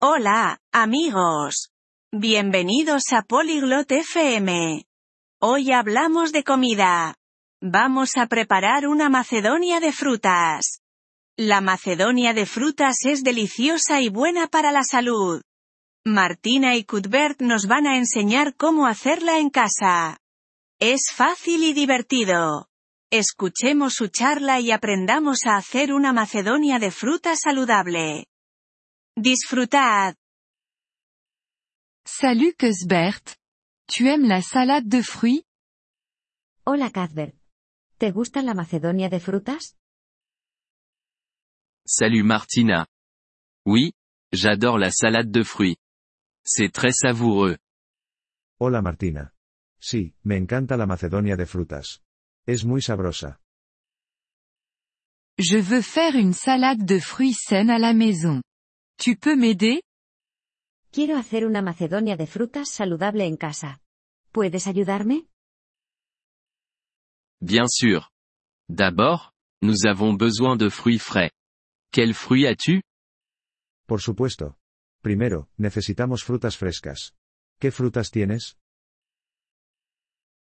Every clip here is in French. Hola, amigos. Bienvenidos a Polyglot FM. Hoy hablamos de comida. Vamos a preparar una macedonia de frutas. La macedonia de frutas es deliciosa y buena para la salud. Martina y Cuthbert nos van a enseñar cómo hacerla en casa. Es fácil y divertido. Escuchemos su charla y aprendamos a hacer una macedonia de fruta saludable. Disfrutad. Salut Cuthbert. Tu aimes la salade de fruits Hola Cuthbert. ¿Te gusta la Macedonia de frutas? Salut Martina. Oui, j'adore la salade de fruits. C'est très savoureux. Hola Martina. Sí, me encanta la Macedonia de frutas. Es muy sabrosa. Je veux faire une salade de fruits saine à la maison. Tu peux m'aider Quiero hacer una Macedonia de frutas saludable en casa. ¿Puedes ayudarme? Bien sûr. D'abord, nous avons besoin de fruits frais. Quels fruits as-tu Por supuesto. Primero, necesitamos frutas frescas. ¿Qué frutas tienes?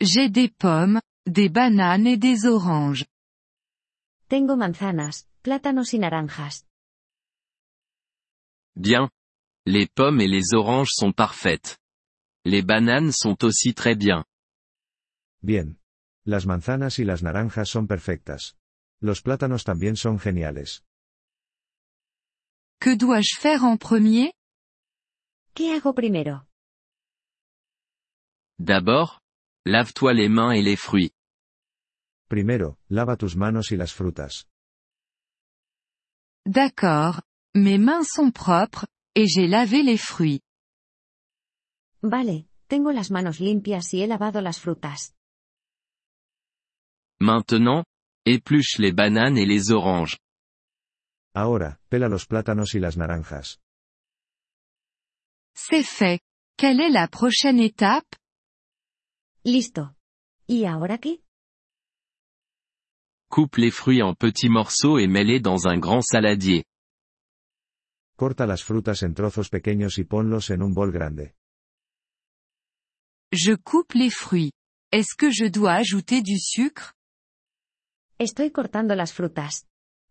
J'ai des pommes, des bananes et des oranges. Tengo manzanas, plátanos y naranjas. Bien. Les pommes et les oranges sont parfaites. Les bananes sont aussi très bien. Bien. Las manzanas y las naranjas son perfectas. Los plátanos también son geniales. Que dois-je faire en premier ¿Qué hago primero? D'abord, lave-toi les mains et les fruits. Primero, lava tus manos y las frutas. D'accord. Mes mains sont propres, et j'ai lavé les fruits. Vale, tengo las manos limpias y he lavado las frutas. Maintenant, épluche les bananes et les oranges. Ahora, pela los plátanos y las naranjas. C'est fait. Quelle est la prochaine étape Listo. ¿Y ahora qué? Coupe les fruits en petits morceaux et mets-les dans un grand saladier. Corta las frutas en trozos pequeños y ponlos en un bol grande. Je coupe les fruits. Est-ce que je dois ajouter du sucre Estoy cortando las frutas.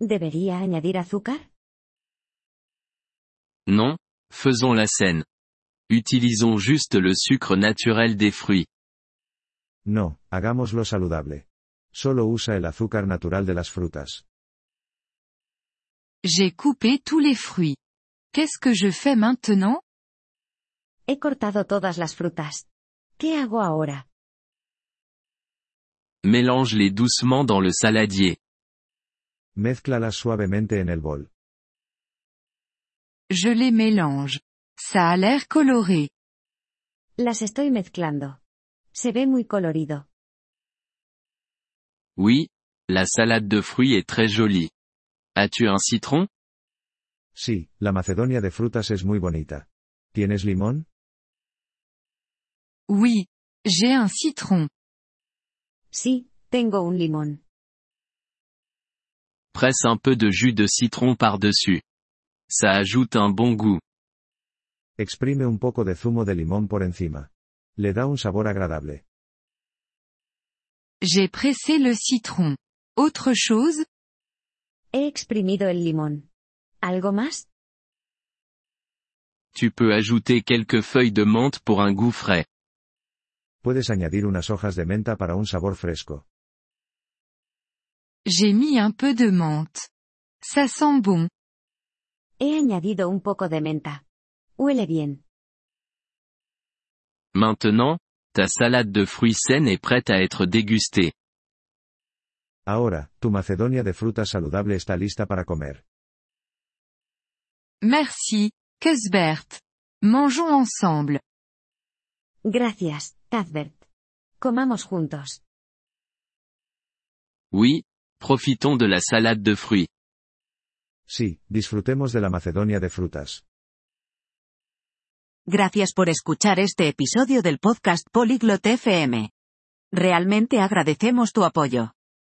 ¿Debería añadir azúcar? Non, faisons la scène. Utilisons juste le sucre naturel des fruits. No, hagámoslo saludable. Solo usa el azúcar natural de las frutas. J'ai coupé tous les fruits. Qu'est-ce que je fais maintenant He cortado todas las frutas. ¿Qué hago ahora? Mélange-les doucement dans le saladier. Mézclalas suavemente en el bol. Je les mélange. Ça a l'air coloré. Las estoy mezclando. Se ve muy colorido. Oui, la salade de fruits est très jolie. As-tu un citron Sí, la Macedonia de frutas es muy bonita. ¿Tienes limón? Oui. J'ai un citron. Sí, tengo un limón. Presse un peu de jus de citron par-dessus. Ça ajoute un bon goût. Exprime un poco de zumo de limón por encima. Le da un sabor agradable. J'ai pressé le citron. Autre chose He exprimido el limón. ¿Algo más? Tu peux ajouter quelques feuilles de menthe pour un goût frais. Puedes añadir unas hojas de menta para un sabor fresco. J'ai mis un peu de menthe. Ça sent bon. He añadido un poco de menta. Huele bien. Maintenant, ta salade de fruits saine est prête à être dégustée. Ahora, tu Macedonia de frutas saludable está lista para comer. Merci, Cuthbert. Mangeons ensemble. Gracias, Cuthbert. Comamos juntos. Oui, profitons de la salade de fruits. Sí, disfrutemos de la Macedonia de frutas. Gracias por escuchar este episodio del podcast Polyglot FM. Realmente agradecemos tu apoyo.